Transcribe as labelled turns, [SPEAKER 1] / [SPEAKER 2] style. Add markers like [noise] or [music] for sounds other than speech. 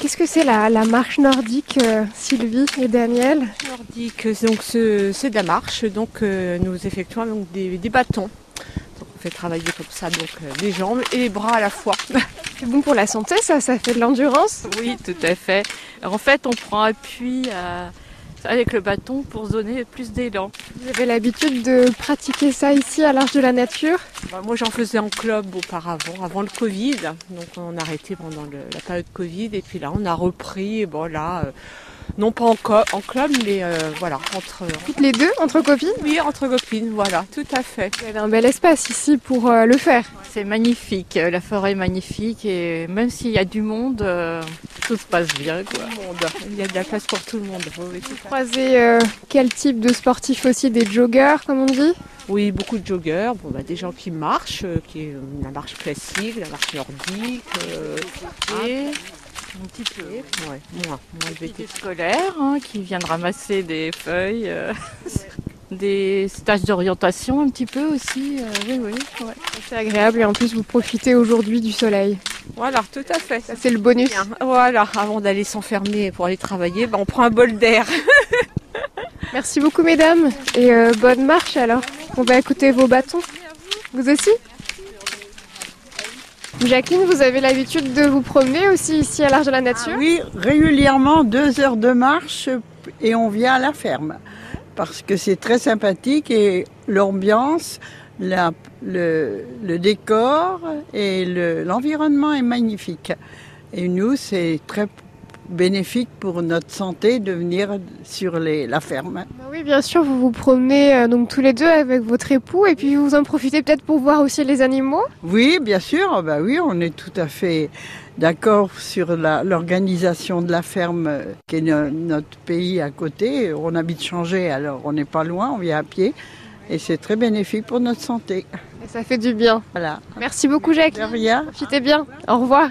[SPEAKER 1] Qu'est-ce que c'est la, la marche nordique, euh, Sylvie et Daniel
[SPEAKER 2] Nordique, donc ce- c'est de la marche, donc euh, nous effectuons donc des, des bâtons. Donc on fait travailler comme ça donc euh, les jambes et les bras à la fois.
[SPEAKER 1] C'est bon pour la santé, ça, ça fait de l'endurance.
[SPEAKER 3] Oui, tout à fait. En fait, on prend appui euh, avec le bâton pour se donner plus d'élan.
[SPEAKER 1] Vous avez l'habitude de pratiquer ça ici à l'Arche de la Nature.
[SPEAKER 2] Bah, moi j'en faisais en club auparavant, avant le Covid, donc on a arrêté pendant le- la période Covid et puis là on a repris, et bon là, euh, non pas en, co- en club mais euh, voilà, entre,
[SPEAKER 1] Toutes les deux, entre copines.
[SPEAKER 2] oui, entre copines, voilà, tout à fait.
[SPEAKER 1] Vous avez un bel espace ici pour euh, le faire.
[SPEAKER 3] C'est magnifique, euh, la forêt est magnifique et même s'il y a du monde, euh, tout se passe bien.
[SPEAKER 2] Tout
[SPEAKER 3] Quoi.
[SPEAKER 2] le monde, il y a de la place pour tout le monde. Oui, oui, tout à fait.
[SPEAKER 1] Croiser euh, quel type de sportif aussi Des joggeurs, comme on dit
[SPEAKER 2] Oui, beaucoup de joggeurs, bon, bah, des gens qui marchent, euh, qui est euh, la marche classique, la marche nordique, euh, et
[SPEAKER 3] Un petit peu.
[SPEAKER 2] ouais, moins, moins de
[SPEAKER 3] Des
[SPEAKER 2] VTT.
[SPEAKER 3] scolaires hein, qui viennent ramasser des feuilles, euh, [laughs] des stages d'orientation un petit peu aussi. euh, oui, oui. ouais.
[SPEAKER 1] C'est agréable et en plus vous profitez aujourd'hui du soleil.
[SPEAKER 2] Voilà, tout à fait.
[SPEAKER 1] Ça c'est le bonus.
[SPEAKER 2] Bien. Voilà, avant d'aller s'enfermer pour aller travailler, bah, on prend un bol d'air.
[SPEAKER 1] Merci beaucoup mesdames et euh, bonne marche alors. On va écouter vos bâtons. Vous aussi Jacqueline, vous avez l'habitude de vous promener aussi ici à l'Arche de la Nature
[SPEAKER 4] Oui, régulièrement deux heures de marche et on vient à la ferme parce que c'est très sympathique et l'ambiance, la- le, le décor et le- l'environnement est magnifique. Et nous, c'est très bénéfique pour notre santé de venir sur les, la ferme.
[SPEAKER 1] Bah Oui, bien sûr, vous vous promenez euh, donc tous les deux avec votre époux et puis vous en profitez peut-être pour voir aussi les animaux.
[SPEAKER 4] Oui, bien sûr, bah oui, on est tout à fait d'accord sur la- l'organisation de la ferme euh, qui est no- notre pays à côté. On habite Changé, alors on n'est pas loin, on vient à pied et c'est très bénéfique pour notre santé.
[SPEAKER 1] Et ça fait du bien.
[SPEAKER 4] Voilà,
[SPEAKER 1] Merci beaucoup Jacqueline.
[SPEAKER 4] de rien.
[SPEAKER 1] Profitez bien. Au revoir.